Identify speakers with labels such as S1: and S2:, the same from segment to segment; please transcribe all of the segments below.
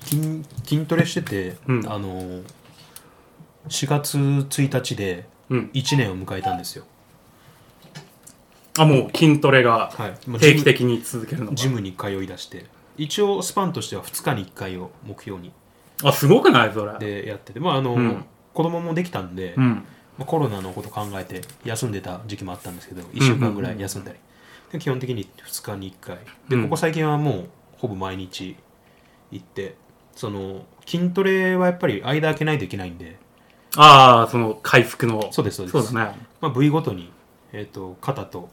S1: 筋筋トレしてて、
S2: うん
S1: あのー4月1日で
S2: うん。
S1: 1年を迎えたんですよ、
S2: あ、もう筋トレが
S1: はい、
S2: 定期的に続けるのが
S1: ジムに通い出して一応スパンとしては2日に1回を目標に
S2: あ、すごくないそれ。
S1: でやっててまああの、
S2: うん
S1: 子供もできたんで、
S2: う
S1: ま
S2: ん。
S1: あコロナのこと考えて休んでた時期もあったんですけど1週間ぐらい休んだり、で基本的に2日に1回で
S2: うん
S1: ここ最近はもうほぼ毎日行ってその筋トレはやっぱり間空けないといけないんで、
S2: ああ、その回復の。
S1: そうですそうです
S2: そうだね。
S1: まあ、部位ごとに、えー、と肩と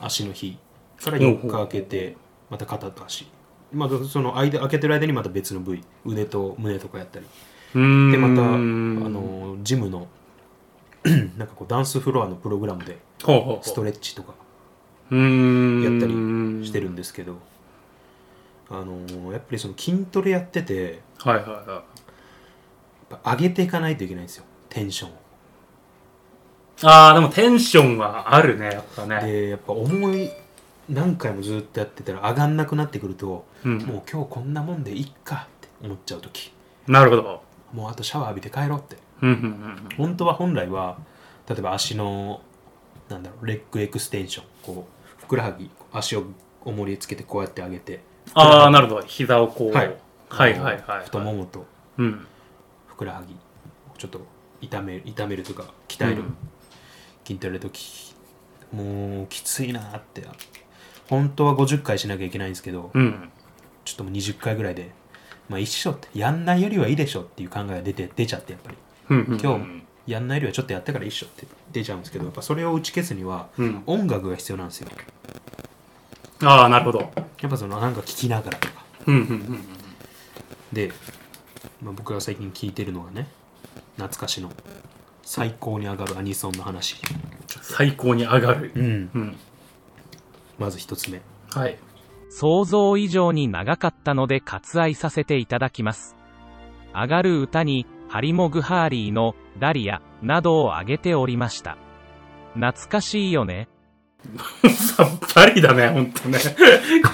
S1: 足の日から4日空けてまた肩と足、まあ、その間空けてる間にまた別の部位腕と胸とかやったり
S2: うーん。
S1: でまたあ、のジムの なんかこうダンスフロアのプログラムで
S2: ほうほうほう
S1: ストレッチとか
S2: うーん。
S1: やったりして
S2: る。
S1: るんですけど、あのやっぱりその筋トレやっててや
S2: はいはいは
S1: っぱ上げていかないといけないんですよテンションを
S2: い。ああ、でもテンションはあるね、やっぱね。
S1: でやっぱ思い何回もずっとやってたら上がんなくなってくると
S2: うん。
S1: もう今日こんなもんでいっかって思っちゃう時
S2: なるほど。
S1: もうあとシャワー浴びて帰ろうって
S2: うんうんうん
S1: 本当は本来は例えば足のなんだろうレッグエクステンションこうふくらはぎ足を重りつけてこうやって上げて
S2: ああ、なるほど。膝をこう。
S1: はい
S2: はいはいはい。
S1: 太も。もと
S2: うん。
S1: ふくらはぎをちょっと痛め痛めるというか鍛える、
S2: うん
S1: 筋トレの時もうきついなーって本当は50回しなきゃいけないんですけど
S2: うん。
S1: ちょっともう20回ぐらいでまあ一緒ってやんないよりはいいでしょっていう考えが出て出ちゃってやっぱり
S2: うんうんうん
S1: 今日やんないよりはちょっとやったから一緒って出ちゃうんですけどやっぱそれを打ち消すには
S2: うん。
S1: 音楽が必要なんですよ
S2: ああ、なるほど。
S1: やっぱそのなんか聴きながらとか
S2: うんうんうんうん。
S1: で、まあ、僕が最近聴いてるのがね懐かしの最高に上がるアニソンの話
S2: 最高に上がる。
S1: うん
S2: うん。
S1: まず一つ目
S2: はい。
S3: 想像以上に長かったので割愛させていただきます。上がる歌に、ハリモグハーリーの、ダリア、などを挙げておりました。懐かしいよね。
S2: さっぱりだね、ほんとね。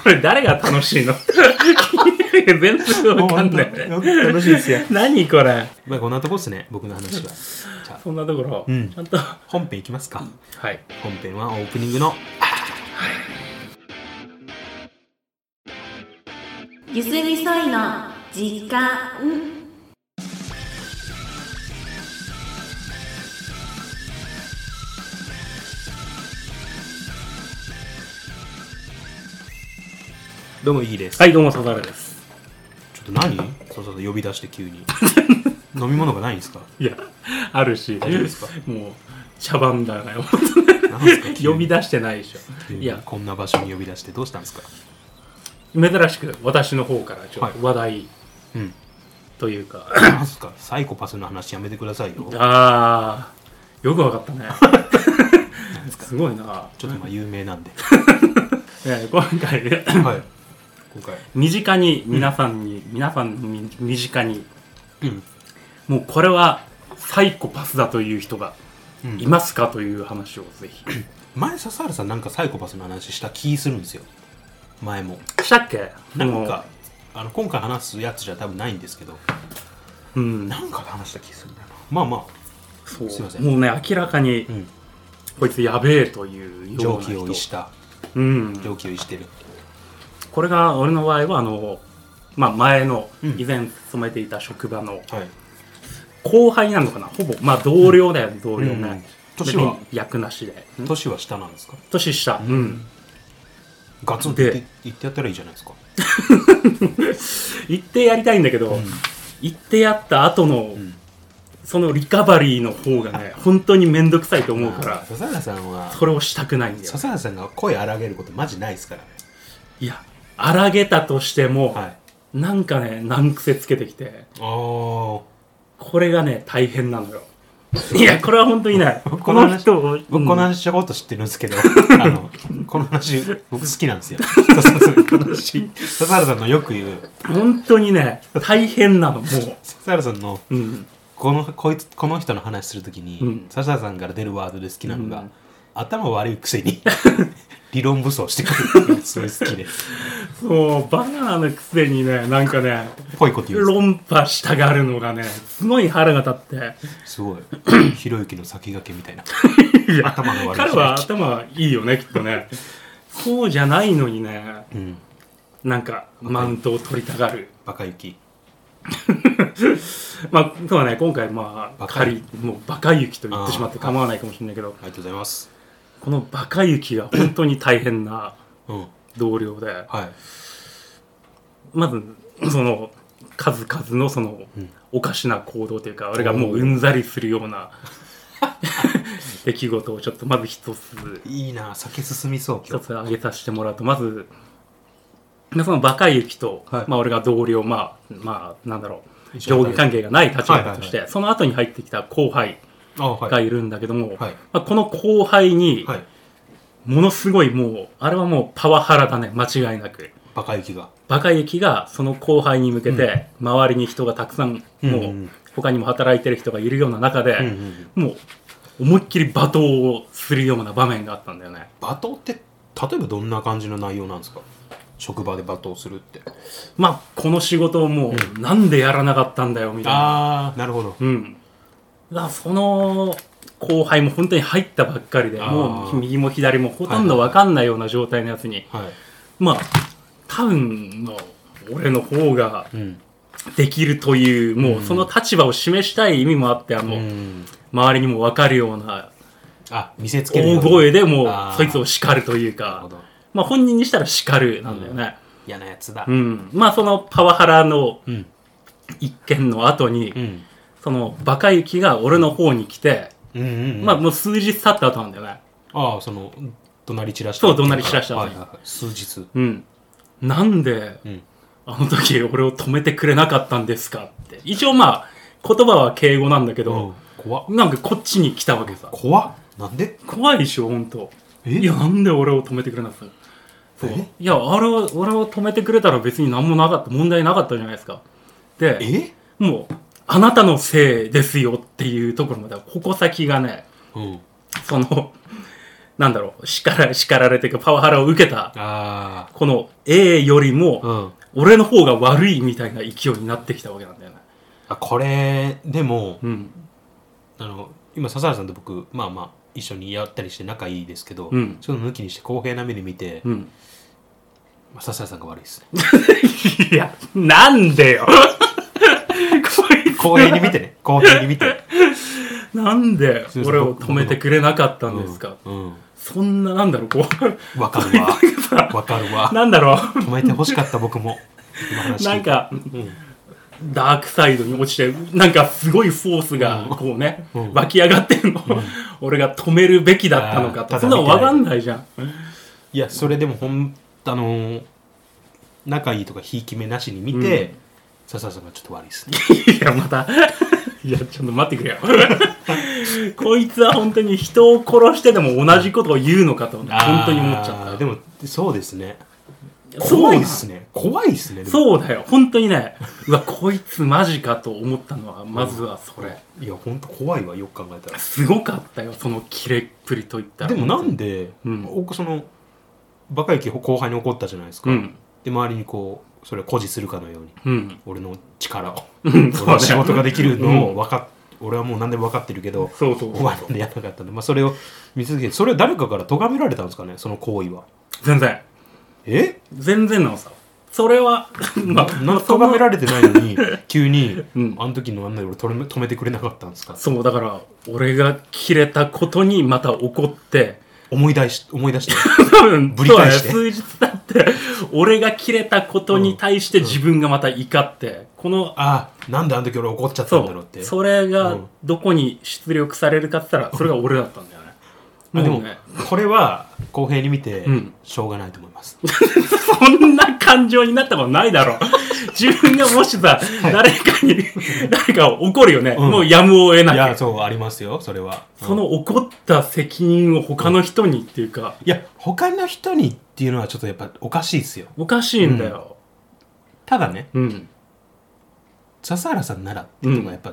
S2: これ誰が楽しい の全然わかんない。
S1: 楽しいですよ
S2: 何これ
S1: まあこんなとこっすね僕の話はじゃあ
S2: そんなところ、
S1: うん
S2: ちゃんと。は
S1: 本編いきますか
S2: い。
S1: 本編はオープニングの
S4: ゆすみそいの時間
S1: どうもいいです、
S2: はい、どうも、サザルです。
S1: ちょっと何そうそうそう呼び出して急 に飲み物がないんですか
S2: いや、あるし、
S1: 大丈夫ですか
S2: もう、茶番だね。
S1: 何ですか急に
S2: 呼び出してないでしょ。い
S1: いや
S2: や、
S1: こんな場所に呼び出してどうしたんですか
S2: 珍しく私の方からちょっと話題
S1: うん
S2: というか、
S1: 何すかサイコパスの話やめてくださいよ
S2: あー、よくわか ったね。すごいな。
S1: ちょっとまあ有名なんで
S2: えー今回、
S1: はい今回
S2: 身近に皆さんに、皆さんに身近に
S1: うん
S2: もうこれはサイコパスだという人が
S1: うん
S2: いますかという話を ぜひ、
S1: 前笹原さんなんかサイコパスの話した気するんですよ前も
S2: したっけ
S1: なんかあの今回話すやつじゃ多分ないんですけど
S2: もううん
S1: なんかで話した気するんだよなまあまあ
S2: そう
S1: すいません
S2: もうね明らかに、
S1: ん
S2: こいつやべえというよ
S1: 常
S2: うな
S1: 軌を
S2: 人
S1: 逸した
S2: うん、
S1: 常軌を逸してる
S2: これが俺の場合はあの、まあ、前の
S1: うん
S2: 以前勤めていた職場
S1: は
S2: の
S1: い
S2: 後輩なのかなほぼまあ同僚だよね、同僚ね、
S1: うん年は
S2: 別に役なしで
S1: 年は下なんですか
S2: 年下うん、
S1: ガツンって言って
S2: で
S1: 言ってやったらいいじゃないですか
S2: 行ってやりたいんだけど、行ってやった後の、
S1: ん
S2: そのリカバリーの方がね本当に面倒くさいと思うか
S1: まあ
S2: ら
S1: 笹原さんは
S2: それをしたくないんだよ
S1: 笹原さんが声荒げることマジないですからね
S2: いや荒げたとしても、
S1: はい
S2: なんかね難癖つけてきて
S1: ああ
S2: これがね大変なのよいやこれは本当にね
S1: 僕
S2: こ
S1: この
S2: の
S1: 話
S2: 人を
S1: 僕この話ちょこっと知ってるんですけど、あのこの話僕好きなんですよそうそうそうこの話笹原さんのよく言う
S2: うん本当にね大変なのも
S1: 笹原さんの
S2: う、うん、
S1: このこいつこの人の話するときに、
S2: うん
S1: 笹原さんから出るワードで好きなのが、
S2: うん
S1: 頭悪いくせに理論武装してくるのがすごい好きで
S2: そう、バナナのくせにね、なんかね、
S1: ぽいこと言うんで
S2: 論破したがるのがね、すごい腹が立って。
S1: すすごいひろゆきの先駆けみたいな頭の悪い
S2: 彼
S1: ひろ
S2: は
S1: ゆき
S2: 頭いいよね、きっとね。そうじゃないのにね、
S1: うん
S2: なんか、マウントを取りたがる。
S1: バカゆき
S2: まあ、今日はね、今回、まあ、
S1: バカ
S2: 仮、もう、バカ雪と言ってしまって構わないかもしれないけど、
S1: ありがとうございます
S2: このバカ雪が本当に大変な
S1: うん
S2: 同僚で、
S1: はい
S2: まず、その、数々のその、
S1: うん
S2: おかしな行動というか、俺がもううんざりするよ うな 出来事をちょっとまず一つ、
S1: いいな酒進みそう
S2: 一
S1: 今日
S2: つ挙げさせてもらうと、まず、まあそのバカ雪と、
S1: はい
S2: まあ俺が同僚、まあ、まあ、なんだろう、
S1: 一緒に
S2: 上下関係がない立場だとして、
S1: はいはい
S2: その後に入ってきた後輩
S1: あはい
S2: が
S1: はい
S2: いるんだけども、
S1: はい
S2: まあ、この後輩に、
S1: はい
S2: ものすごいもう、あれはもうパワハラだね、間違いなく。
S1: バカゆきが
S2: バカ雪がその後輩に向けて、周りに人がたくさん、
S1: うん
S2: もう、他にも働いてる人がいるような中で、
S1: うんうんうん
S2: もう、思いっきり罵倒をするような場面があったんだよね。
S1: 罵倒って例えばどんな感じの内容なんですか職場で罵倒するって
S2: まあ、この仕事をもう、なんでやらなかったんだよ、みたいな。
S1: ああなるほど
S2: うん。だからその、後輩も本当に入ったばっかりで、
S1: あー
S2: もう右も左もほとんどわかんないような状態のやつに、
S1: はい
S2: まあ、多分の、俺の方が
S1: うん
S2: できるという、もうその立場を示したい意味もあって、あの、
S1: うん
S2: 周りにも分かるような
S1: あ見せつけるよ
S2: 大
S1: うな
S2: 声でも
S1: あ
S2: う
S1: ー
S2: そいつを叱るという
S1: なる
S2: か
S1: ほ、ど
S2: まあ、本人にしたら叱るなんだよね、
S1: 嫌なやつだ
S2: うんまあそのパワハラの
S1: うん
S2: 一件の後に、
S1: うん
S2: そのバカ雪が俺の方に来て、
S1: うんうんうん
S2: まあもう数日経った後なんだよね
S1: ああその怒鳴り散らした
S2: そう怒鳴り散らした
S1: はいはいはい数日
S2: うんなんで
S1: うん
S2: あの時俺を止めてくれなかったんですかって一応まあ言葉は敬語なんだけど、
S1: 怖っ
S2: なんかこっちに来たわけさ
S1: 怖っなんで
S2: 怖いでしょ本当
S1: え
S2: いや、なんで俺を止めてくれなかったのそう
S1: え
S2: いや、あれを、俺を止めてくれたら別に何もなかった、問題なかったじゃないですか。で、
S1: え
S2: もう、あなたのせいですよっていうところまで、矛先がね、
S1: うん
S2: その、なんだろう、叱ら叱られてか、パワハラを受けた、
S1: あ
S2: この A より
S1: あう
S2: も、
S1: ん
S2: 俺の方が悪いみたいな勢いになってきたわけなんだよね。
S1: あこれでも
S2: うん。
S1: あの今笹原さんと僕まあまあ一緒にやったりして仲いいですけど、
S2: うん
S1: そういうの抜きにして公平な目で見て、
S2: うん。
S1: まあ、笹原さんが悪いですね
S2: いや、なんでよ こいつ
S1: 公平に見てね公平に見て
S2: なんで俺を止めてくれなかったんですか、
S1: うん、うん
S2: そんな、なんだろう、こう、
S1: わかるわ。わかるわ。
S2: なんだろ、
S1: 止めて欲しかった僕も。今話聞いうて
S2: なん、か、
S1: うん、
S2: ダークサイドに落ちて、なんかすごいフォースが、こうね、
S1: うん
S2: 湧き上がってるのを、俺が止めるべきだったのか
S1: あ
S2: と、
S1: ー
S2: そんなの
S1: ただ
S2: わ
S1: 見てな
S2: か
S1: い
S2: んないじゃん。
S1: いや、それでもほん、あのー仲いいとかひいき目なしに見
S2: う
S1: て、笹原さんがちょっと悪いですね。
S2: いや、また、 いや、ちょっと待ってくれよ。 こいつは本当に人を殺してでも同じことを言うのかと、本当に思っちゃ
S1: あ
S2: っ
S1: ーでも、そうですね。
S2: た。
S1: 怖いで
S2: そう
S1: すね。怖いですね。でも
S2: そうだよ、本当にね、うわ、こいつマジかと思ったのは、まずはそれ。
S1: いや、ほんと怖いわ、よく考えたら。
S2: すごかったよ、その切れっぷりといったら。
S1: でもなんで、
S2: うん
S1: 僕、その、バカゆき後輩に怒ったじゃないですか。
S2: うん。
S1: で、周りにこう、それを誇示するかのように。
S2: うん。
S1: 俺の力を
S2: ん
S1: 俺の仕
S2: そう
S1: 事
S2: ね
S1: ができるのを分かっ、俺はもう何でも分かってるけど
S2: そうそう
S1: 終わるんでやらなかったんで、まあ、それを見続けてそれを誰かから咎められたんですかねその行為は
S2: 全然。
S1: え
S2: 全然なのさ。それは、 まあ、
S1: なんか
S2: その
S1: 咎められてないの に急に、
S2: うん
S1: あの時のあんなに俺止め止めてくれなかったんですか
S2: そう、だから、俺が切れたことにまた怒って、
S1: 思い出し思い出して
S2: 多 分、
S1: ぶり返して
S2: そうだね数日経って、俺が切れたことに対して自分がまた怒って、この、
S1: ああなんであの時俺怒っちゃったんだろうっ
S2: そ
S1: て
S2: う、それ
S1: う
S2: が
S1: ん
S2: どこに出力されるかって言ったら、それが俺だったんだよね。
S1: ま あで
S2: も
S1: も
S2: うね、
S1: これは公平に見て、
S2: うん
S1: しょうがないと思います
S2: そんな感情になったことないだろう。 自分がもしさ、誰かに、誰かを怒るよね。
S1: うん
S2: もうやむを得
S1: い
S2: な
S1: や
S2: い。
S1: そうありますよそれはうん
S2: その怒った責任を他の人にっていうか、
S1: いや他の人にっていうのはちょっとやっぱおかしいですよ
S2: おかしいんだよ。
S1: ただね
S2: うん。
S1: 笹原さんならっていうのがやっぱ、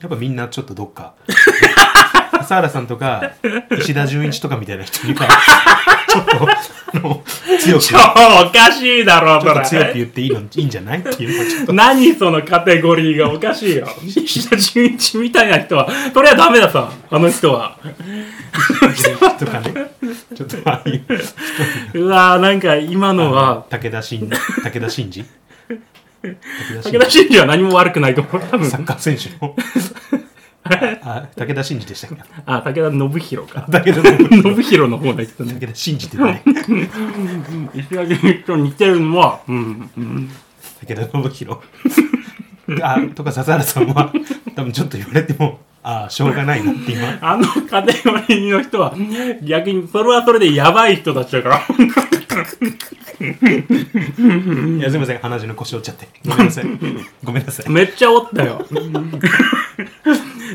S1: やっぱみんなちょっとどっか笹笠原さんとか、石田純一とかみたいな人には、 ちょっと、あの、強く、ち
S2: 超
S1: ょ
S2: おかしいだろ、
S1: っと
S2: そ
S1: 強く
S2: れ。
S1: 言っていいの、いいんじゃないっていうのはちょっ と、
S2: 何そのカテゴリーがおかしいよ。石田純一みたいな人は、それはダメださ、あの人は。
S1: とかね、ちょっと、ああいう、
S2: うわーなんか今のは、
S1: 武田信、武田真治武田
S2: 武
S1: 真
S2: 田
S1: 治
S2: 真治は何も悪くないと思う。多分
S1: サ。ッカー選手の、あ、武田真治でしたっけ
S2: あ、武田信弘か。
S1: だけど、武
S2: 信弘の方だけどね。
S1: 田真治ってね、
S2: 石田純一と似てるのは、うん、うん。
S1: 武田信弘。 あ、とか笹原さんは、多分ちょっと言われても、ああ、しょうがないなって今、
S2: あのカテゴリーの人は、逆にそれはそれでやばい人たちだから。
S1: いや、すみません、鼻血の腰折っちゃって。ごめんなさい。ごめんなさい。
S2: めっちゃおったよ。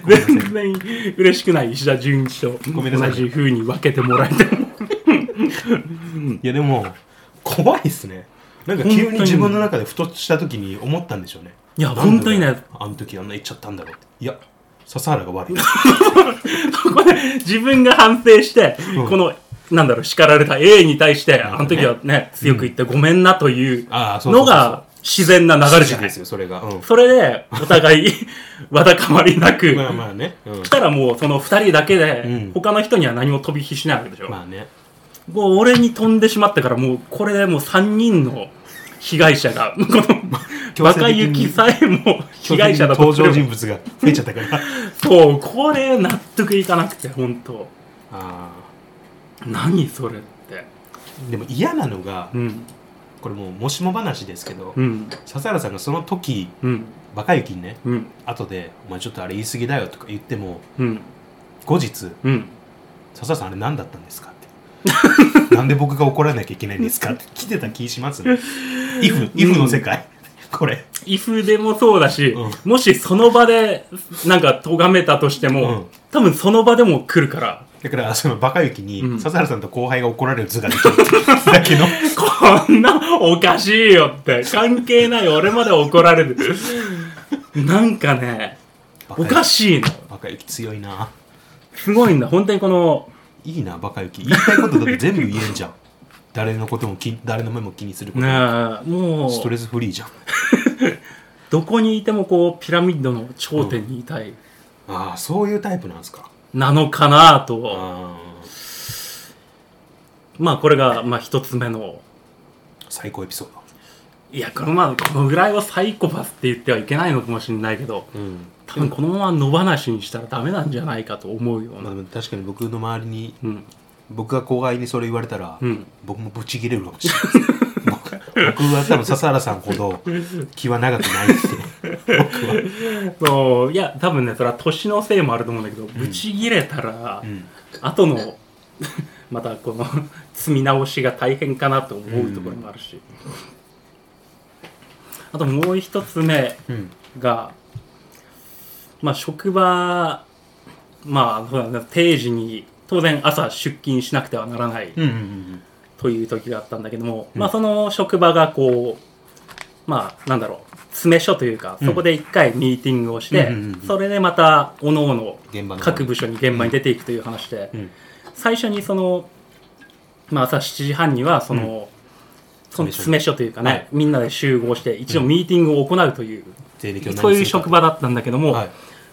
S2: 全然嬉しくない石田純一と
S1: ごめんなさ
S2: 同
S1: い
S2: じ風に分けてもらえて。
S1: いや、でも、怖いっすね。なんか急に自分の中でふとした時に思ったんでしょうね。
S2: いや
S1: なんだろう
S2: 本当にね。
S1: あの時あんな言っちゃったんだろうって。いや、笹原が悪い。
S2: そこで自分が反省して、
S1: うん
S2: この、なんだろう、叱られた A に対して、あの時はね、強く言ってごめんなという
S1: ああ、そうそうそうそう
S2: のが自然な流れじゃない
S1: ですよ、それが。うん。
S2: それで、お互い、 わだかまりなく、
S1: まあまあね。うん
S2: し。たらもうその2人だけで、
S1: うん
S2: 他の人には何も飛び火しないわけでしょ、
S1: まあね。
S2: もう俺に飛んでしまったからもうこれでもう3人の被害者がこの
S1: 強制的に
S2: 若い雪さえも被害者だと
S1: 登
S2: すれ
S1: 場
S2: ば
S1: 人物が増えちゃったから。
S2: そうこれ納得いかなくて本当
S1: あ
S2: 何それって
S1: ーでも嫌なのが
S2: う、ん
S1: これもう、もしも話ですけど、
S2: うん
S1: 笹原さんがその時、
S2: うん
S1: バカ雪にね、
S2: うん
S1: 後で、お前ちょっとあれ言い過ぎだよとか言っても、
S2: うん
S1: 後日、
S2: うん
S1: 笹原さんあれ何だったんですかって なんで僕が怒らなきゃいけないんですかって来てた気しますねイフイフの世界、これ
S2: イフでもそうだし、
S1: う
S2: もしその場でなんか咎めたとしても、
S1: うん
S2: 多分その場でも来るから
S1: だからそのバカ雪
S2: う
S1: に
S2: ん
S1: 笹原さんと後輩が怒られる図ができるっていうだけの
S2: こんなおかしいよって関係ない俺まで怒られるなんかね おか
S1: い
S2: しいの
S1: バカ雪強いな
S2: すごいんだ本当にこの
S1: いいなバカ雪言いたいことだって全部言えんじゃん 誰のこともき誰の目も気にすることも
S2: ねえもう
S1: ストレスフリーじゃん
S2: どこにいてもこうピラミッドの頂点にいたい、
S1: ああそういうタイプなんですか
S2: なのかなと
S1: あー
S2: まあこれがまあ一つ目の
S1: 最高エピソー
S2: いやこのままこのぐらいはサイコパスって言ってはいけないのかもしれないけど
S1: ドうん
S2: 多分このまま野放しにしたらダメなんじゃないかと思うよう
S1: まあ
S2: な
S1: でも確かに僕の周りに
S2: うん
S1: 僕が後輩にそれ言われたら、
S2: うん
S1: 僕もブチギレるかもしれない僕僕は多分笹原さんほど気は長くないって
S2: そういや多分ねそれは年のせいもあると思うんだけど、ブチギレたら、
S1: ん
S2: 後の またこの積み直しが大変かなと思うところもあるし、あともう一つ目
S1: うん
S2: がまあ職場まあそうだね定時に当然朝出勤しなくてはならない
S1: うんうんうん
S2: という時があったんだけども、まあその職場がこうまあなんだろう詰め所というか、そこで一回ミーティングをして、
S1: うんうんうんうん
S2: それでまた各々
S1: 現場の
S2: 各部署に現場に出ていくという話で、
S1: うん
S2: 最初にその、まあ、朝7時半にはその、その詰め所というかね、
S1: はい
S2: みんなで集合して一度ミーティングを行うという、
S1: 税歴を何
S2: そういう
S1: にするか
S2: 職場だったんだけども、
S1: はい、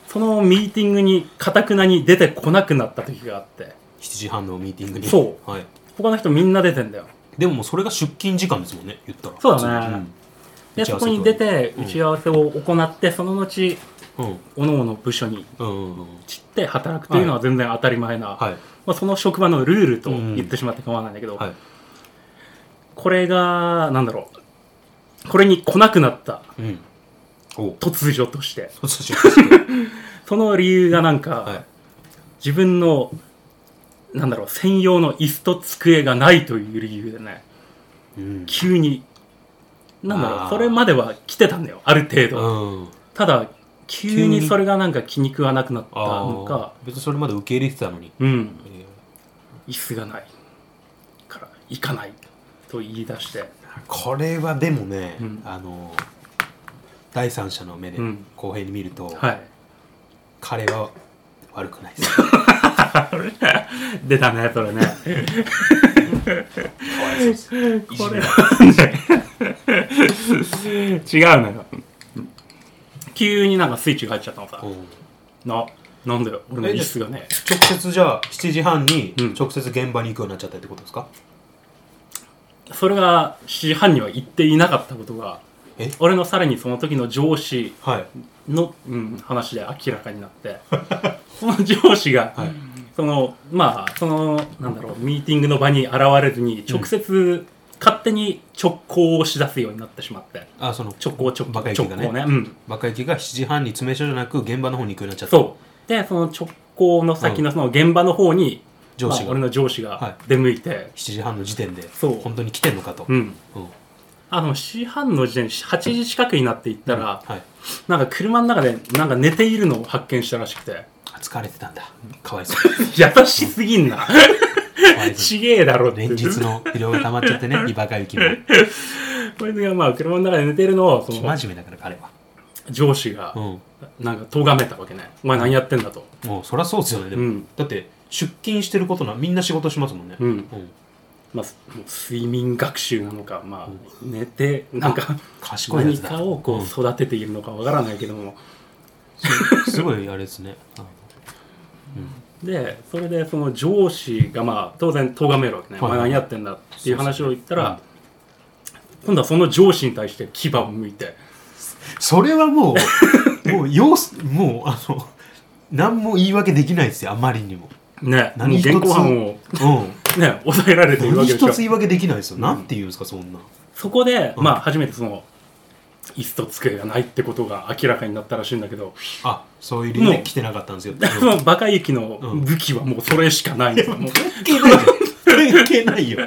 S2: そのミーティングにかたくなに出てこなくなった時があって
S1: 7時半のミーティングに、
S2: そう
S1: はい、
S2: 他の人みんな出てんだよ
S1: でももうそれが出勤時間ですもんね言ったら
S2: そうだねで
S1: 打ち合
S2: そ
S1: わせと
S2: こに出て打ち合わせを行って、その後
S1: うんうん
S2: 各々部署に
S1: うんうんうん
S2: 散って働くというのは全然当たり前な、
S1: はい
S2: まあ、その職場のルールと
S1: うん
S2: 言ってしまって構わないんだけど、
S1: はい
S2: これがなんだろうこれに来なくなった
S1: うんおう
S2: 突如として
S1: 突然
S2: その理由がなんか、
S1: はい
S2: 自分のなんだろう専用の椅子と机がないという理由でね
S1: うん
S2: 急になんだろ
S1: あ
S2: う
S1: ー
S2: それまでは来てたんだよある程度、
S1: うん
S2: ただ急
S1: 急
S2: に
S1: に
S2: それがなんか気に食わなくなった
S1: あ
S2: の
S1: あ
S2: か
S1: 別にそれまで受け入れてたのに、
S2: うん
S1: えー
S2: 椅子がないから行かないと言い出して
S1: これはでもね、
S2: うん
S1: あの第三者の目で
S2: うん
S1: 公平に見ると、
S2: はい
S1: 彼は悪くないです
S2: 出たね、それね。
S1: かわいそうです。いじ
S2: こ
S1: め
S2: れ
S1: られ
S2: はね違うのよ急になんかスイッチが入っちゃったのさ
S1: おう
S2: ななんだよ俺の椅子がね
S1: 直接じゃあ7時半に
S2: うん
S1: 直接現場に行くようになっちゃったってことですか、
S2: それが7時半には行っていなかったことが
S1: え
S2: 俺のさらにその時の上司
S1: はい
S2: の、うん、話で明らかになって その上司が、
S1: はい
S2: そのまあそのなんだろうミーティングの場に現れずに直接、勝手に直行をしだすようになってしまって
S1: あその
S2: 直行直行
S1: バカ行
S2: 直
S1: きがね
S2: 行ね、うん、
S1: バカ行きが7時半に詰め所じゃなく現場の方に行くようになっちゃった
S2: そう。で、その直行の先のその現場の方に、
S1: 上司
S2: ま
S1: が
S2: あ俺の上司
S1: は
S2: が
S1: い
S2: 出向いて、
S1: 7時半の時点で
S2: そう
S1: 本当に来てんのかと、
S2: うん。
S1: うん
S2: あの、7時半の時点、8時近くになっていったら、
S1: はい、
S2: なんか車の中で、なんか寝ているのを発見したらしくて、
S1: あ疲れてたんだかわいそうか
S2: 優しすぎんな。
S1: わ いそう
S2: ちげえだろって。
S1: 連日の不良が溜まっちゃって ねバカ行きも
S2: こいつがまあ、車の中で寝ているのを、そ
S1: 生
S2: の、
S1: 真面目だから彼は
S2: 上司が
S1: う、ん
S2: なんか、咎めたわけね。お前何やってんだと。
S1: もうそりゃそうですよねでも、
S2: うん
S1: だって出勤してることなみんな仕事しますもんね、
S2: うん
S1: ん
S2: まあ、すもう睡眠学習なのか、まあ、寝て、なんか、
S1: 賢いや
S2: 何
S1: つだ
S2: かをこう育てているのかわからないけども、
S1: うんす ごいあれですねあの
S2: でそれでその上司がまあ当然咎めるわけね、
S1: はい
S2: お前何やってんだっていう話を言った
S1: そう
S2: ら、今度はその上司に対して牙を向いて
S1: それはも うもう様子もうあの何も言い訳できないですよあまりにも
S2: ねもう
S1: 何一つ
S2: 現行犯を
S1: う ん
S2: ね抑えられているわ
S1: 何
S2: けで
S1: 一
S2: すよ
S1: つ言い訳できないですよ、なんて言うんですかそんな
S2: そこで、
S1: うん
S2: まあ初めてその椅子と机がないってことが明らかになったらしいんだけど、
S1: あそういう理由
S2: も
S1: で
S2: う
S1: 来てなかったんです よ
S2: そのバカ雪の武器はもうそれしかないんですよ、もう
S1: 関係ないよ関係ないよ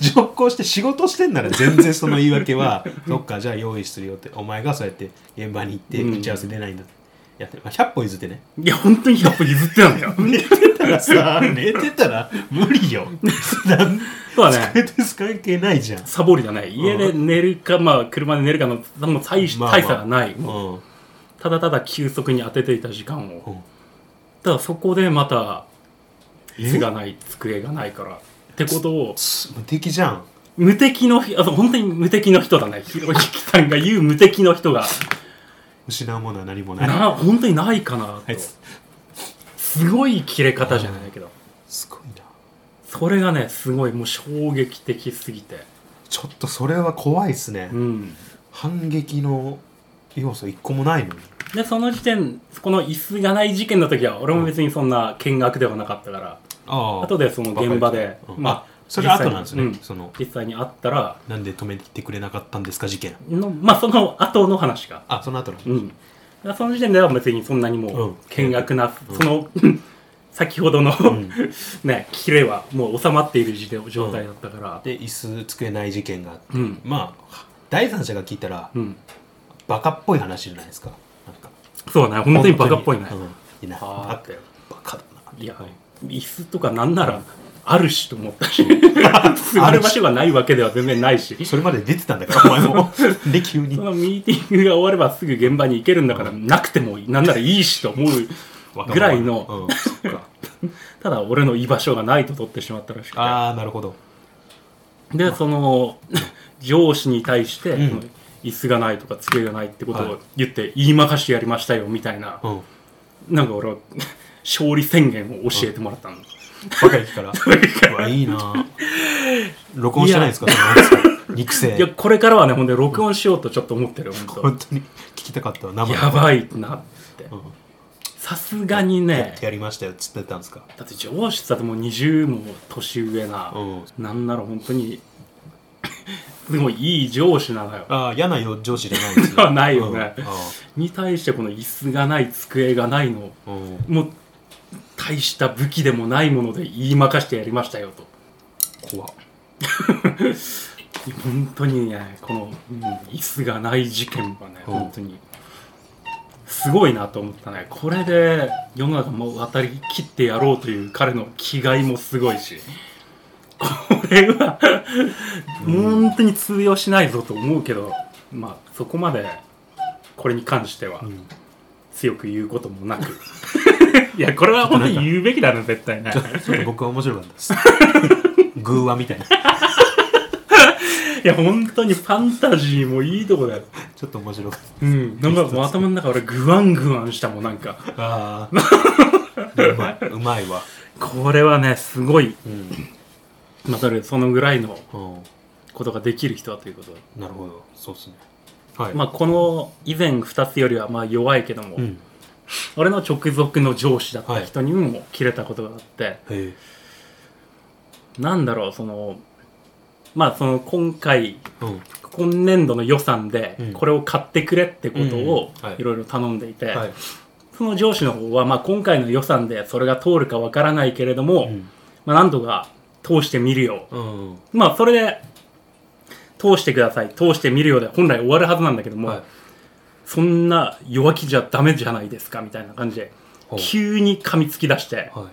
S1: 上行して仕事してんなら全然その言い訳 はそっかじゃあ用意するよってお前がそうやって現場に行って
S2: うん
S1: 打ち合わせ出ないんだってやって、まあ、100歩譲ってね
S2: いや本当に100歩譲ってたんだよ
S1: 寝てたらさ寝てたら無理 よなん
S2: そうだね
S1: それと関係ないじゃん
S2: サボりだね家で寝るか、まあ車で寝るかのもう大し
S1: まあまあ
S2: 大差がない、もう
S1: うん、うん
S2: ただただ休息に当てていた時間をただそこでまた椅子がない机がないからってことを
S1: す無敵じゃん
S2: 無敵の人あそう本当に無敵の人だねひろゆきさんが言う無敵の人が
S1: 失うものは何もない
S2: な本当にないかな
S1: あ
S2: と
S1: いつ
S2: すごい切れ方じゃないけど
S1: すごいな
S2: それがねすごいもう衝撃的すぎて
S1: ちょっとそれは怖いっすね、
S2: うん
S1: 反撃の要素一個もないのに
S2: でその時点この椅子がない事件の時は俺も別にそんな見学ではなかったから
S1: あ
S2: 後でその現場で
S1: うん
S2: ま
S1: あ
S2: あ
S1: それ後なんですね、
S2: 実際にうん
S1: その
S2: 実際に会ったら
S1: なんで止めてくれなかったんですか事件
S2: のまあその後の話が
S1: あその後の、
S2: うん、だからその時点では別にそんなに
S1: う
S2: も
S1: ん
S2: う見学な、
S1: うん
S2: その 先ほどの、
S1: ん
S2: ねキレはもう収まっている時点状態だったから、
S1: で椅子机ない事件があって、
S2: うん
S1: まあ第三者が聞いたら、
S2: うん、
S1: バカっぽい話じゃないですかなんか
S2: そうだね本当にバカっぽいね、
S1: うんいいな
S2: あー
S1: バ
S2: って
S1: バカだ
S2: いや、椅子とかなんならあるしと思った し座る場所がないわけでは全然ないし
S1: なそれまで出てたんだからお前 もで急に
S2: そのミーティングが終わればすぐ現場に行けるんだから、なくてもなんならいいしと思うぐらいの、
S1: うんそっか
S2: ただ俺の居場所がないと取ってしまったらしくて
S1: ああなるほど
S2: でその 上司に対して、
S1: うん
S2: その椅子がないとか机がないってこと
S1: はい
S2: を言って言いまかしてやりましたよみたいな、
S1: うん
S2: なんか俺は勝利宣言を教えてもらったの、
S1: バカ行きからうわいいなぁ録音してないですかそのなんか肉声
S2: いやこれからはねほんで録音しようとちょっと思ってるよ本
S1: 本当に聞きたかったわ
S2: 当
S1: 生で
S2: やばいなって
S1: うん
S2: さすがにね
S1: やりましたよっつってたんですか
S2: だって上司だってもう20も年上な、
S1: うん
S2: なんなら本当にすごいいい上司なのよ
S1: ああ嫌な上司じゃないんです
S2: では ないよね
S1: うんあ
S2: に対してこの椅子がない机がないの
S1: あうん
S2: もう大した武器でもないもので言いまかしてやりましたよと
S1: 怖っ
S2: 本当にねこの、うん椅子がない事件はね
S1: うん
S2: 本当にすごいなと思ったねこれで世の中もう渡り切ってやろうという彼の気概もすごいしこれは本当に通用しないぞと思うけど、まあそこまでこれに関しては
S1: うん
S2: 強く言うこともなく、 いや、これは本当に言うべきだな、絶対 ね。
S1: ちょっと僕は面白かった です偶話みたいない
S2: や、本当にファンタジーもいいとこだよ。
S1: ちょっと面白かっ
S2: うん。なんかもう頭の中俺、グワングワンしたもん、なんか。
S1: たあーうまいうまいわ
S2: これはね、すごい。
S1: うん、
S2: まあ、それ、そのぐらいの
S1: うん
S2: ことができる人だということで
S1: なるほどそうですねはい、
S2: まあ、この以前2つよりはまあ弱いけども、
S1: うんへ
S2: 俺の直属の上司だった人にも切れたことがあって、
S1: え
S2: なんだろう、その、まあ、その、今回、
S1: うん
S2: 今年度の予算で
S1: うん、
S2: これを買ってくれってことを
S1: うんうんはい、
S2: いろいろ頼んでいて、
S1: はい、
S2: その上司の方は、まあ、今回の予算でそれが通るかわからないけれども、
S1: うん
S2: まあ、何度か通してみるよ。
S1: うん
S2: まあ、それで、通してください、通してみるよで、本来終わるはずなんだけども、
S1: はい
S2: そんな弱気じゃダメじゃないですか、みたいな感じで、
S1: ほう
S2: 急に噛みつき出して、
S1: は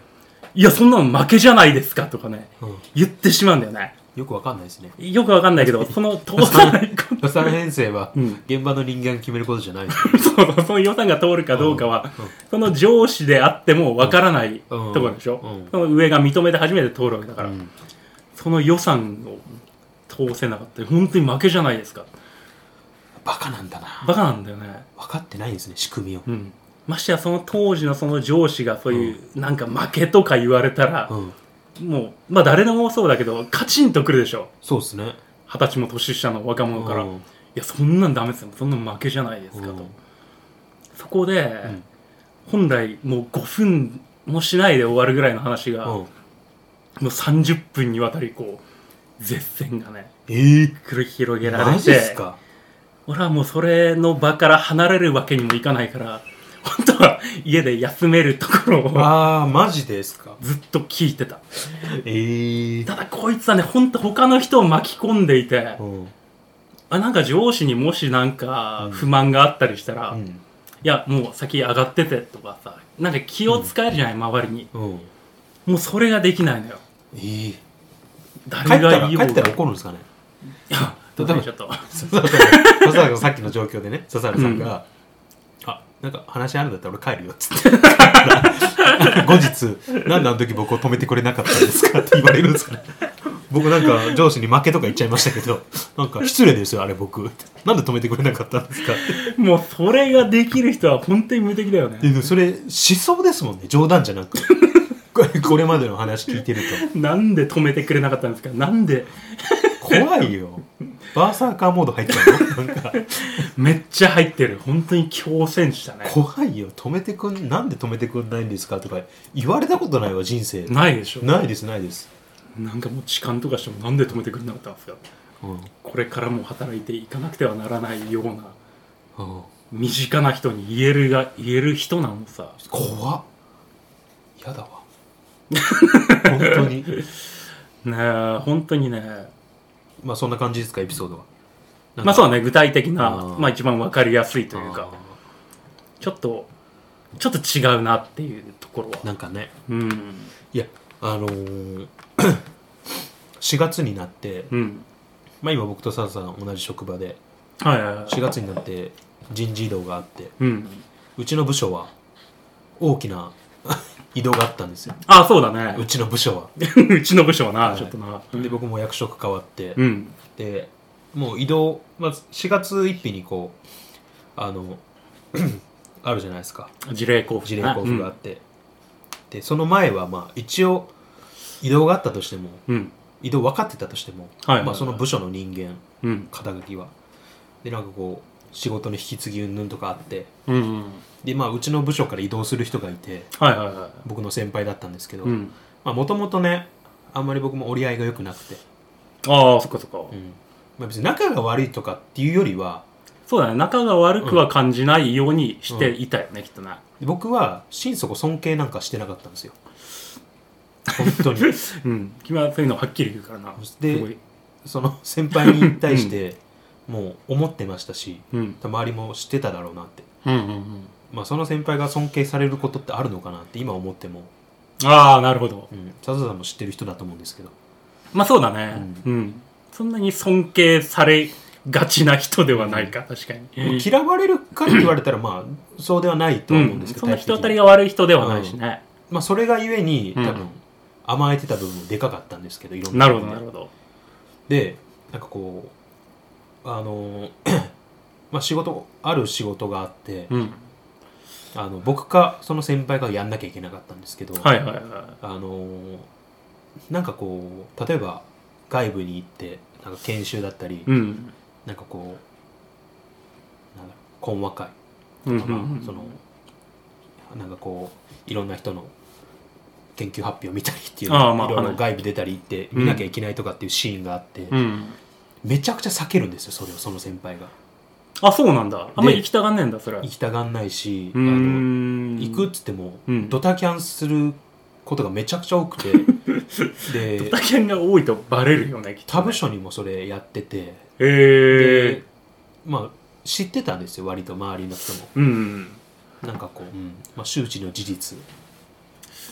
S1: い
S2: や、そんなの負けじゃないですか、とかね、
S1: い、うん、
S2: 言ってしまうんだよね。
S1: よくわかんないですね
S2: よくわかんないけど、 その通さないこと。
S1: 予算編成は
S2: うん
S1: 現場の人間が決めることじゃないですね
S2: そうそうその予算が通るかどうかは、その上司であってもわからないと
S1: うん
S2: ころでしょ、
S1: うん
S2: その上が認めて初めて通るわけだから、
S1: うん
S2: その予算を通せなかった本当に負けじゃないですか
S1: バカなんだな
S2: バカなんだよね、
S1: 分かってないんですね仕組みを、
S2: うん、ましてやその当時のその上司がそういう、なんか負けとか言われたら
S1: う、ん、
S2: もうまあ誰でもそうだけどカチンとくるでしょ
S1: そうですね
S2: 二十歳も年下の若者から、
S1: うん
S2: いやそんなんダメですよそんなん負けじゃないですかと、
S1: うん
S2: そこで、
S1: ん
S2: 本来もう5分もしないで終わるぐらいの話が、
S1: うん
S2: もう30分にわたりこう絶戦がね
S1: ええ
S2: 繰り広げられ
S1: マジっす
S2: て
S1: か
S2: 俺はもうそれの場から離れるわけにもいかないから本当は家で休めるところを
S1: ああマジです か
S2: ずっと聞いてた
S1: ええ
S2: ただこいつはね本当他の人を巻き込んでいて
S1: うん
S2: あなんか上司にもしなんか不満があったりしたら、
S1: う
S2: い
S1: ん
S2: やもう先上がっててとかさなんか気を使えるじゃない、周りに
S1: うん
S2: もうそれができないのよ
S1: ええ帰
S2: 誰
S1: った
S2: が
S1: ら帰
S2: 言おう
S1: ったら
S2: が
S1: 怒るんですかね
S2: いや
S1: 例えば
S2: ちょっと
S1: 笹原さん笹原がさっきの状況でね笹原さんが「あなんか話あるんだったら俺帰るよ」っつって後日「なんであの時僕を止めてくれなかったんですか?」って言われるんですかね僕なんか上司に負けとか言っちゃいましたけどなんか失礼ですよあれ僕なんで止めてくれなかったんですかっ
S2: もうそれができる人は本当に無敵だよね
S1: てでそれ思想ですもんね冗談じゃなくこれこれまでの話聞いてると
S2: なんで止めてくれなかったんですかなんで
S1: 怖いよバーサーカーモード入っちゃうのなんか
S2: めっちゃ入ってる本当に強戦したね
S1: 怖いよ止めてくんなんで止めてくんないんですかとか言われたことないわ人生
S2: ないでしょ
S1: ないですないです、
S2: なんかもう痴漢とかしてもなんで止めてくれなかったんですか
S1: うん
S2: これからも働いていかなくてはならないような
S1: うん、
S2: 身近な人に言えるが言える人なのさ
S1: 怖っ嫌だわ本当に
S2: ねえ本当にね
S1: まあそんな感じですかエピソードは
S2: まあそうね具体的な
S1: うん
S2: まあ一番わかりやすいと
S1: と
S2: いうかちょっとちょっと違うなっていうところは
S1: なんかね
S2: うん
S1: いやあのー 4月になって、
S2: うん
S1: まあ、今僕とサラさん同じ職場で
S2: はいはいはい
S1: 4月になって人事異動があって
S2: うん
S1: うちの部署は大きな 移動があったんですよ
S2: あそうだね
S1: うちの部署は
S2: うちの部署はな、
S1: はい
S2: ちょっとな。
S1: で僕も役職変わって、
S2: うん。
S1: でもう移動、まあ、4月1日にこうあの あるじゃないですか
S2: 事例交付
S1: 事例交付があって、でその前はまあ一応移動があったとしても
S2: うん。
S1: 移動分かってたとしても、
S2: はいはいはい
S1: まあ、その部署の人間
S2: うん。
S1: 肩書きはでなんかこう仕事の引き継ぎ云々とかあって
S2: うん。うん。
S1: で、まあ、うちの部署から移動する人がいて
S2: はいはいは
S1: 僕の先輩だったんですけど
S2: い。うん。
S1: もともとねあんまり僕も折り合いが良くなくて、
S2: ああ、そっかそっか。
S1: うんまあ、別に仲が悪いとかっていうよりは
S2: そうだね。仲が悪くは感じないようにしていたよね、きっとな。
S1: 僕は心底尊敬なんかしてなかったんですよ本当 に
S2: うん。君はそういうのはっきり言うからな。
S1: です
S2: ごい。
S1: その先輩に対してもう思ってましたし
S2: うん。
S1: 周りも知ってただろうなって
S2: うんうんうん。
S1: まあその先輩が尊敬されることってあるのかなって今思っても、
S2: ああ、なるほど
S1: う。ん、佐藤さんも知ってる人だと思うんですけど
S2: まあそうだね。うん。そんなに尊敬されがちな人ではないか、確かに。
S1: 嫌われるかって言われたらまあそうではないと
S2: う
S1: 思うん
S2: ん
S1: です、けど、
S2: そんな
S1: タイプ的に
S2: 人当たりが悪い人ではないしね。
S1: まあ、それがゆえに多
S2: う
S1: 分
S2: ん
S1: 甘えてた部分もでかかったんですけどいろんな
S2: なる
S1: 意
S2: ほ
S1: 味
S2: ど、
S1: で
S2: なるほど。
S1: でなんかこうあの まあ仕事ある仕事があって、
S2: うん。
S1: あの僕かその先輩がやんなきゃいけなかったんですけど、
S2: はいはいは
S1: あのなんかこう例えば外部に行ってなんか研修だったり、
S2: い。うん。
S1: なんかこうなんだろう懇和会
S2: うん
S1: とか、そのなんかこういろんな人の研究発表見たりっていう
S2: ああ
S1: の
S2: ま
S1: い
S2: あ
S1: ろいろ
S2: はい
S1: 外部出たり行って
S2: うん
S1: 見なきゃいけないとかっていうシーンがあって、
S2: うん。
S1: めちゃくちゃ避けるんですよそれをその先輩が。
S2: あ、そうなんだ。あんまり行きたがんねえんだ、それ。
S1: 行きたがんないし、
S2: うー
S1: あの
S2: ん。
S1: 行くっつっても、
S2: うん
S1: ドタキャンすることがめちゃくちゃ多く てで
S2: ドタキャンが多いとバレるよね、きっと。
S1: 他部署にもそれやってて、
S2: へ
S1: で
S2: え。
S1: まあ知ってたんですよ割と周りの人も
S2: うん。
S1: なんかこう、まあ、周知の事実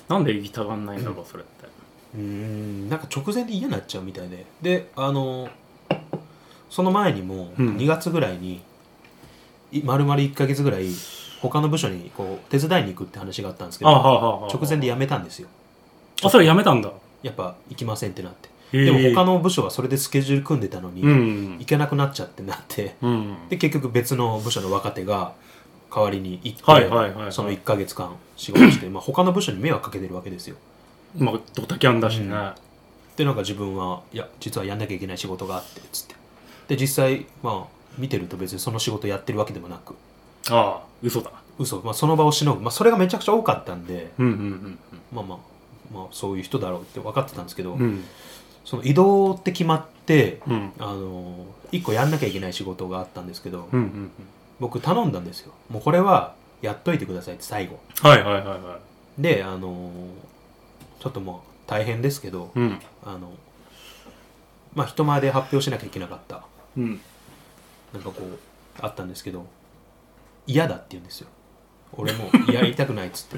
S2: なんで行きたがんないんだろう、それって。
S1: うーんなんか直前で嫌になっちゃうみたいでであのその前にも
S2: うん
S1: 2月ぐらいに、い丸々1ヶ月ぐらい他の部署にこう手伝いに行くって話があったんですけ
S2: あ
S1: ど
S2: はあはあはあ。
S1: 直前で辞めたんですよ
S2: あ、それやめたんだ。
S1: やっぱ行きませんってなって
S2: で
S1: でも他
S2: の。
S1: の部署はそれでスケジュール組んでたのに、
S2: うん
S1: 行。けなくなっちゃってなって
S2: うん。
S1: で結局別の部署の若手が代わりに行って、
S2: はいはいはいはい
S1: その1ヶ月間仕事して、まあ、他の部署に迷惑かけてるわけですよ
S2: まあ、ドタキャンだしね。
S1: でなんか自分はいや実はやんなきゃいけない仕事があってっつってで実際まあ見てると別にその仕事やってるわけでもなく
S2: ああ、嘘だ。
S1: 嘘、まあ、その場をしのぐ、まあ、それがめちゃくちゃ多かったんで
S2: うんうん
S1: まあまあまあそういう人だろうって分かってたんですけど、
S2: うんうん。
S1: その移動って決まって
S2: うん。うん。
S1: あの1個やんなきゃいけない仕事があったんですけど、
S2: うんうん
S1: 僕頼んだんですよもうこれはやっといてくださいって最後
S2: うん。はいはいはいは
S1: であのちょっともう大変ですけど、
S2: い。うん。
S1: あのまあ人前で発表しなきゃいけなかった
S2: うん。
S1: なんかこうあったんですけど嫌だって言うんですよ俺もやりたくないっつって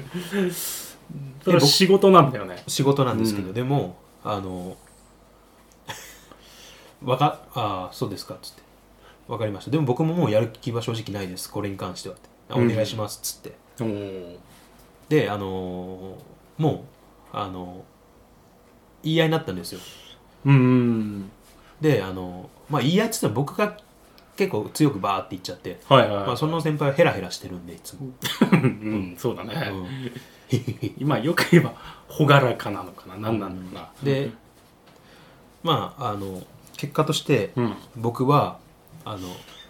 S2: それ
S1: 僕
S2: は仕事なんだよね。
S1: 仕事なんですけど、
S2: うん
S1: でもあの わかああそうですかっつってわかりましたでも僕ももうやる気は正直ないですこれに関してはってあお願いしますっつって、
S2: おお。
S1: であのーもうあのー言い合いになったんですよ
S2: うん。
S1: であのーまあ言い合いっつっても僕が結構強くバーって言っちゃって、
S2: はいはい。
S1: まあ、その先輩はヘラヘラしてるんでいつも、
S2: うん、そうだね。
S1: うん
S2: 今よく言えば、朗らかなのかな。なんなんだろうな。
S1: でまああの結果として
S2: うん。
S1: 僕はあの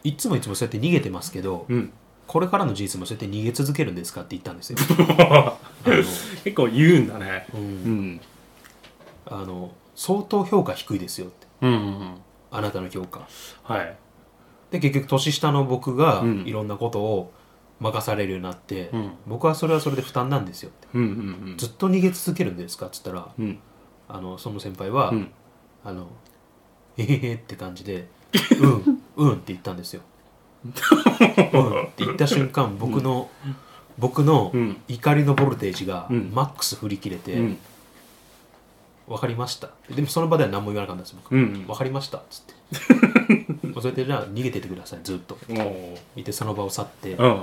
S1: いつもいつもそうやって逃げてますけど、
S2: うん。
S1: これからの事実もそうやって逃げ続けるんですかって言ったんですよ あ
S2: 結構言うんだね。
S1: の,、うん
S2: うん。
S1: あの相当評価低いですよって
S2: うんうん。
S1: あなたの評価
S2: はい。
S1: で結局年下の僕が
S2: うん
S1: いろんなことを任されるようになって、
S2: うん
S1: 僕はそれはそれで負担なんですよって
S2: うんうん
S1: ずっと逃げ続けるんですかっつったら
S2: うん。うん。
S1: あのその先輩は、
S2: うん。
S1: あの「えへへ」って感じで 「うんうん」って言ったんですよ。うんって言った瞬間僕の、僕の
S2: うん
S1: 怒りのボルテージが
S2: うん
S1: マックス振り切れて「
S2: うん。
S1: 分かりました」でもその場では何も言わなかったんです僕「
S2: うん
S1: 分かりました」っつ ってそれでじゃあ逃げててくださいずっと。
S2: おお。
S1: いてその場を去って、
S2: うん。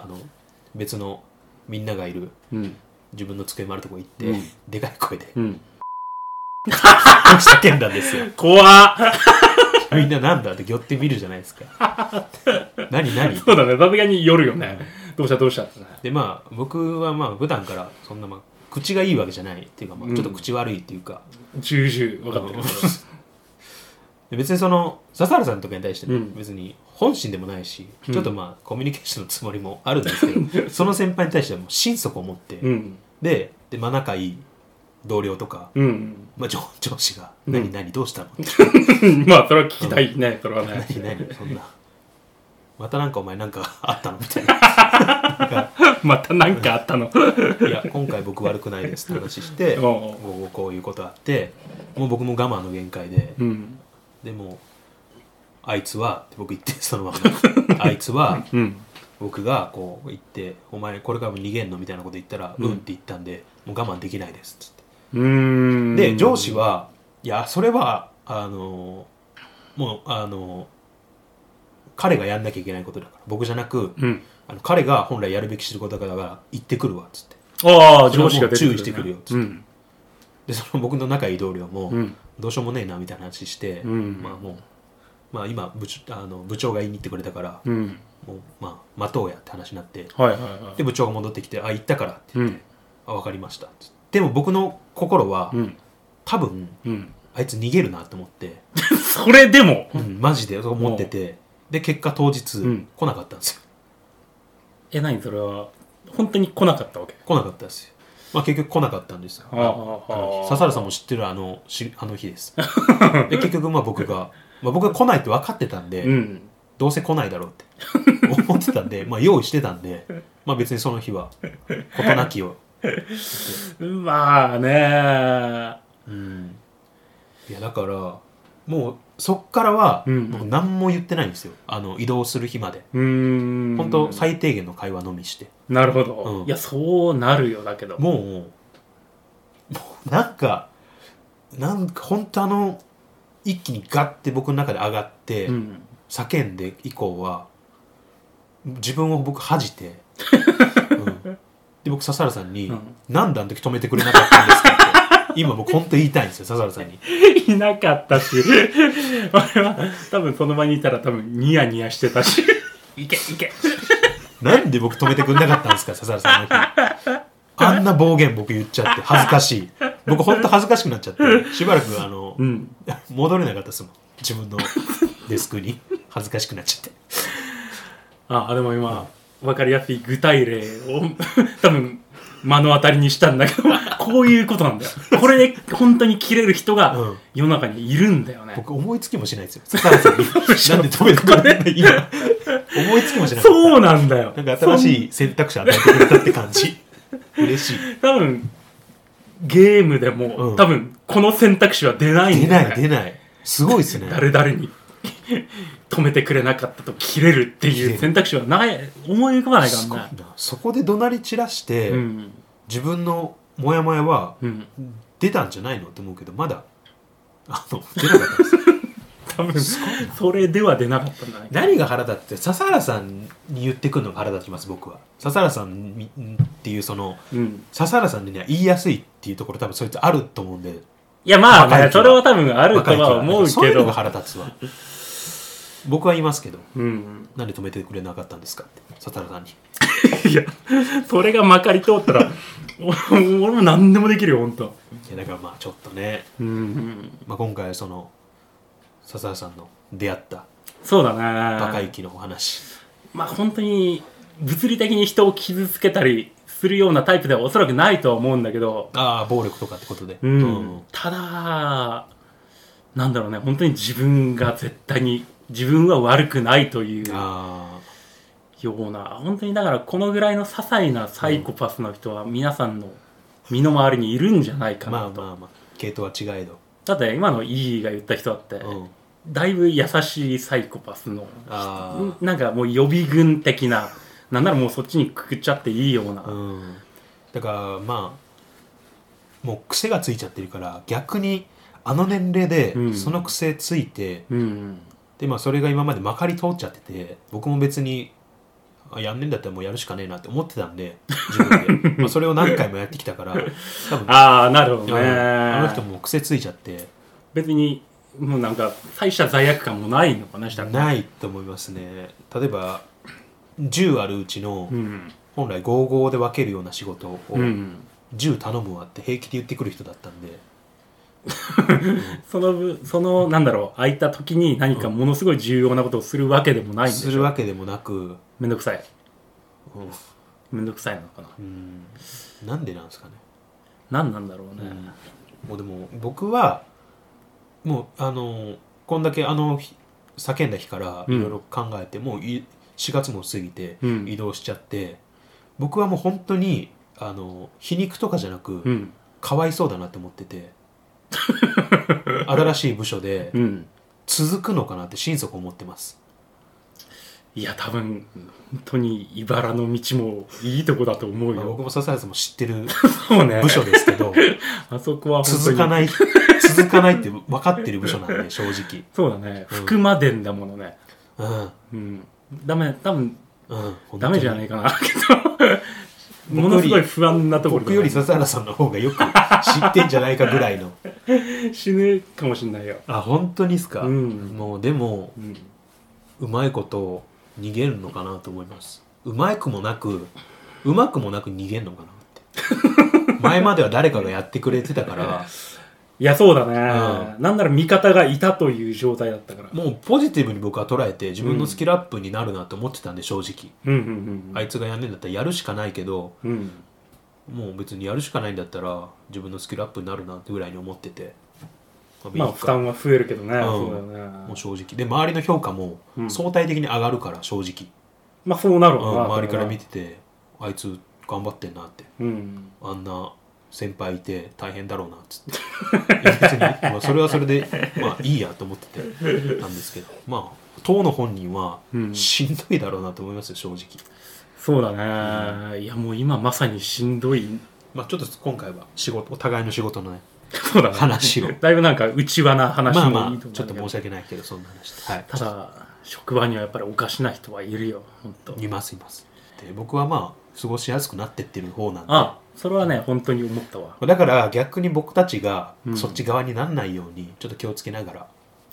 S1: あの別のみんながいる
S2: うん。
S1: 自分の机もあるとこ行って、
S2: うん
S1: でかい声で
S2: うん。
S1: 叫んだん ですよ
S2: 怖っ
S1: みんななんだって寄ってみるじゃないですか 何何
S2: そうだね。さすがに夜よね。どうしたどうしたってね。
S1: でまあ僕はまあ普段からそんなまあ口がいいわけじゃないっていうか、まあ、
S2: うん
S1: ちょっと口悪いっていうか、
S2: 重々分かってる。
S1: で別にその笹原さんとかに対してね、
S2: うん
S1: 別に本心でもないし、
S2: うん
S1: ちょっとまあコミュニケーションのつもりもあるんですけどその先輩に対してはもう心底思って、
S2: うん。
S1: ででまあ仲いい同僚とか、
S2: うん。
S1: まあ、上上司が「
S2: うん
S1: 何何どうしたの?」
S2: まあ、それは聞きたいね。それはね。
S1: 何何そんなまたなんかお前なんかあったのみ たいな
S2: またなんかあったの。
S1: 「いや今回僕悪くないです」って話して
S2: おう
S1: こうこういうことあってもう僕も我慢の限界で
S2: うん。
S1: でもあいつはって僕言ってそのま まあいつは
S2: うん。
S1: 僕がこう言って「お前これからも逃げんの?」みたいなこと言ったら「
S2: う
S1: うんん」って言ったんでもう我慢できないですっつって
S2: うーん。
S1: で上司は「いやそれはあのもうあの彼がやんなきゃいけないことだから僕じゃなく、
S2: うん
S1: あの彼が本来やるべき仕事だから行ってくるわっつって
S2: ああ上司が出て
S1: 注意してくるよつって
S2: うん
S1: でその僕の仲いい同僚も、
S2: うん
S1: どうしようもねえなみたいな話して、
S2: うん
S1: まあもう、まあ、今部長あの部長が言いに行ってくれたから、
S2: うん
S1: もうまあ待とうやって話になって
S2: はいはいは
S1: で部長が戻ってきて「あ行ったから」って
S2: いうん
S1: あ分かりました」つってでも僕の心は、
S2: うん
S1: 多分
S2: うん
S1: あいつ逃げるなと思って、
S2: それでも
S1: うんマジでそう思っててで結果当日、
S2: うん
S1: 来なかったんですよ
S2: え何それは本当に来なかったわけ
S1: 来なかったですよ、まあ、結局来なかったんですよ
S2: ああ
S1: あの日
S2: あ
S1: 笹原さんも知ってるあのしあの日です で結局まあ僕が、まあ、僕が来ないって分かってたんで、
S2: うん
S1: どうせ来ないだろうって思ってたんで、まあ、用意してたんで、まあ、別にその日は事なきを、
S2: まあね
S1: うん、いやだからもうそっからは
S2: うん
S1: 僕何も言ってないんですよあの移動する日まで
S2: うーん
S1: 本当最低限の会話のみして
S2: なるほど、
S1: うん
S2: いやそうなるよだけど
S1: もうもうなんかなんか本当あの一気にガッて僕の中で上がって、
S2: うん、
S1: 叫んで以降は自分を僕恥じて、 うんで僕笹原さんに、
S2: うん
S1: なんであの時止めてくれなかったんですか?」って今僕本当言いたいんですよ笹原さんに
S2: いなかったし俺は多分その場にいたら多分ニヤニヤしてたしいけいけ
S1: 「なんで僕止めてくれなかったん ですか笹原さんあの日」あんな暴言僕言っちゃって恥ずかしい僕本当恥ずかしくなっちゃってしばらくあの、
S2: うん
S1: 戻れなかったですもん自分のデスクに恥ずかしくなっちゃって
S2: あでも今分かりやすい具体例を多分目の当たりにしたんだけ どこういうことなんだよこれで本当に切れる
S1: う
S2: 人
S1: ん
S2: が世の中にいるんだよね、
S1: 僕思いつきもしないですよ笹原さんになんで止めてくれない今思いつきもしなかった
S2: そうなんだよ
S1: なんか新しい選択肢与えてくれたって感じ。嬉しい。
S2: そん多分ゲームでも、
S1: うん
S2: 多分この選択肢は出ない
S1: 出
S2: んだよ
S1: な
S2: ね
S1: い、出ない。すごいですね。
S2: 誰々に 止めてくれなかったと切れるっていう選択肢はない思い浮かばないから
S1: すごい
S2: な
S1: な。そこで怒鳴り散らして、
S2: うん
S1: 自分のモヤモヤは
S2: うん
S1: 出たんじゃないのって思うけど、まだ、あの、出なかったです。
S2: 多分それでは出なかったんだね
S1: 何が腹立って、笹原さんに言ってくるのが腹立ちます、僕は。笹原さんにっていう、その、
S2: うん
S1: 笹原さんには言いやすいっていうところ、多分そいつあると思うんで、
S2: いやまあ
S1: 若い
S2: ね
S1: 人
S2: そ
S1: は
S2: れは多分あるとは思う
S1: そうい
S2: け
S1: うのが
S2: ど
S1: 腹立つわ。僕は言いますけど、
S2: うん
S1: なんで止めてくれなかったんですかって、笹原さんに。
S2: いやそれがまかり通ったらお俺も何でもできるよ本当
S1: いやだからまあちょっとね、
S2: うん
S1: まあ、今回はその笹原さんの出会った
S2: そうだ
S1: バカ
S2: ね
S1: 息のお話
S2: まあ本当に物理的に人を傷つけたりするようなタイプではおそらくないとは思うんだけど
S1: ああ暴力とかってことで、
S2: うん
S1: うん
S2: ただなんだろうね本当に自分が絶対に自分は悪くないというよ
S1: あ
S2: うな本当にだからこのぐらいの些細なサイコパスの人は皆さんの身の回りにいるんじゃない
S1: あ
S2: か
S1: まあ
S2: なと、
S1: まあまあ系統は違えど、
S2: だって今のイーが言った人だって、
S1: うん、
S2: だいぶ優しいサイコパスの
S1: ああ
S2: なんかもう予備軍的ななんならもうそっちにくくっちゃっていいような、
S1: うん、だからまあもう癖がついちゃってるから逆にあの年齢で
S2: うん
S1: その癖ついて、
S2: うん
S1: でまあそれが今までまかり通っちゃってて僕も別にあやんねえんだったらもうやるしかねえなって思ってたんで自分 でまあそれを何回もやってきたから多分
S2: ああなるほ
S1: い
S2: どね
S1: やあの人も癖ついちゃって
S2: 別にもうなんか大した罪悪感もないのかなしたら
S1: ないと思いますね例えば10あるうちの
S2: うん
S1: 本来55で分けるような仕事を
S2: うん
S1: 10頼むわって平気で言ってくる人だったんで
S2: その分そのなんだろう空いた時に何かものすごい重要なことをするわけでもないんです
S1: るわけでもなく
S2: めんどくさい
S1: うん
S2: めんどくさいのかな
S1: うんなんでなんですかね
S2: 何なんだろうね
S1: もうでも僕はもうあのこんだけあの日叫んだ日からいろいろ考えて、もうい4月も過ぎて
S2: うん
S1: 移動しちゃって、僕はもう本当にあの皮肉とかじゃなく、
S2: うん
S1: かわいそうだなって思ってて新しい部署で
S2: うん
S1: 続くのかなって心底思ってます
S2: いや多分本当に茨の道もいいとこだと思う
S1: まあ僕
S2: よ
S1: も笹原さんも知ってる
S2: そうね
S1: 部署ですけ ど
S2: あそこは本当に
S1: 続かない続かないって分かってる部署なんで正直
S2: そうだね
S1: うん
S2: 福間伝だものね
S1: うん
S2: うん、ダメ多分
S1: うん
S2: ダメじゃ
S1: い
S2: ないかなけど ものすごい不安なところ
S1: 僕より
S2: だ
S1: 笹原さんの方がよく知ってんじゃないかぐらいの
S2: ね死ぬかもしれないよ、
S1: あ本当にっすか、
S2: うん
S1: もうでも
S2: うん、
S1: うまいこと逃げるのかなと思いますうまくもなくうまくもなく逃げんのかなって前までは誰かがやってくれてたから
S2: いやそうだね、なんなら味方がいたという状態だったから
S1: もうポジティブに僕は捉えて自分のスキルアップになるなと思ってたんで正直、
S2: うんうんうん
S1: あいつがやんねえんだったらやるしかないけど
S2: うん
S1: もう別にやるしかないんだったら自分のスキルアップになるなってぐらいに思ってて
S2: まあ負担は増えるけどね、
S1: ん
S2: そうだよね
S1: もう正直で周りの評価も
S2: うん
S1: 相対的に上がるから正直、
S2: まあそうなる
S1: う
S2: わ
S1: ん
S2: な、
S1: 周りから見
S2: て
S1: ててあいつ頑張ってんなって
S2: うん
S1: あんな先輩いて大変だろうなっつっていや別に、まあ、それはそれでまあいいやと思っててたんですけどまあ当の本人は
S2: うん
S1: しんどいだろうなと思いますよ正直、
S2: そうだね、いやもう今まさにしんどい
S1: まあちょっと今回は仕事お互いの仕事のね
S2: そうだね
S1: 話 を
S2: だいぶなんか内輪な話
S1: まあ
S2: も
S1: ま
S2: いい
S1: あちょっと申し訳ないけどそんな話ではい
S2: ただ職場にはやっぱりおかしな人はいるよ本当
S1: いますいますで僕はまあ過ごしやすくなってってる方なんで
S2: あそれはね本当に思ったわ
S1: だから逆に僕たちが
S2: うん
S1: そっち側になんないようにちょっと気をつけながら、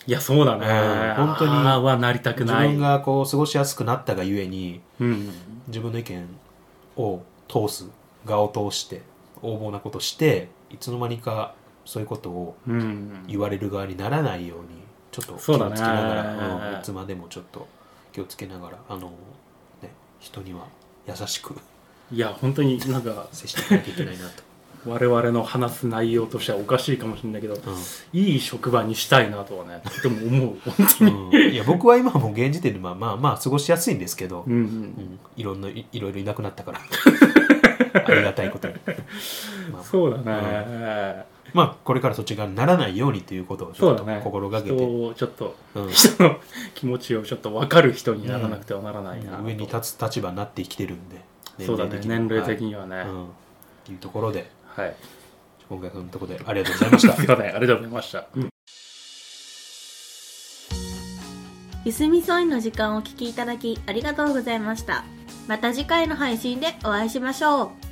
S2: いやそうだね、
S1: うん本当に
S2: ああはなりたく
S1: 自
S2: ない
S1: 分がこう過ごしやすくなったがゆえに
S2: うん、
S1: 自分の意見を通す側を通して横暴なことしていつの間にかそういうことを
S2: うん、
S1: 言われる側にならないようにちょっと気
S2: そ
S1: を
S2: う
S1: つ
S2: だね
S1: けながら、うんいつまでもちょっと気をつけながらあの、ね、人には優しく
S2: いや本当になんか
S1: 接していかなきゃいけないな と。
S2: 我々の話す内容としてはおかしいかもしれないけど、
S1: うん
S2: いい職場にしたいなとはねとても思う本当に
S1: うんいや僕は今もう現時点でまあまあまあ過ごしやすいんですけど、
S2: うんう ん
S1: うんいろんないいろいろいなくなったから ありがたいことに、まあ、
S2: そうだね、
S1: まあこれからそっち側にならないようにということをち
S2: そ
S1: ょ
S2: う
S1: っ
S2: だ
S1: と
S2: ね
S1: 心がけて、
S2: 人をちょっと、
S1: うん
S2: 人の気持ちをちょっと分かる人にならなくてはならないな、
S1: 上に立つ立場になって生きてるんで
S2: そうだね
S1: に
S2: 年齢的にはね
S1: は
S2: はいい、
S1: うんっていうところで
S2: はい、
S1: 今回はそのところでありがとうございました
S2: すいませんありがとうございました、
S4: ゆすみそいの時間をお聞きいただきありがとうございましたまた次回の配信でお会いしましょう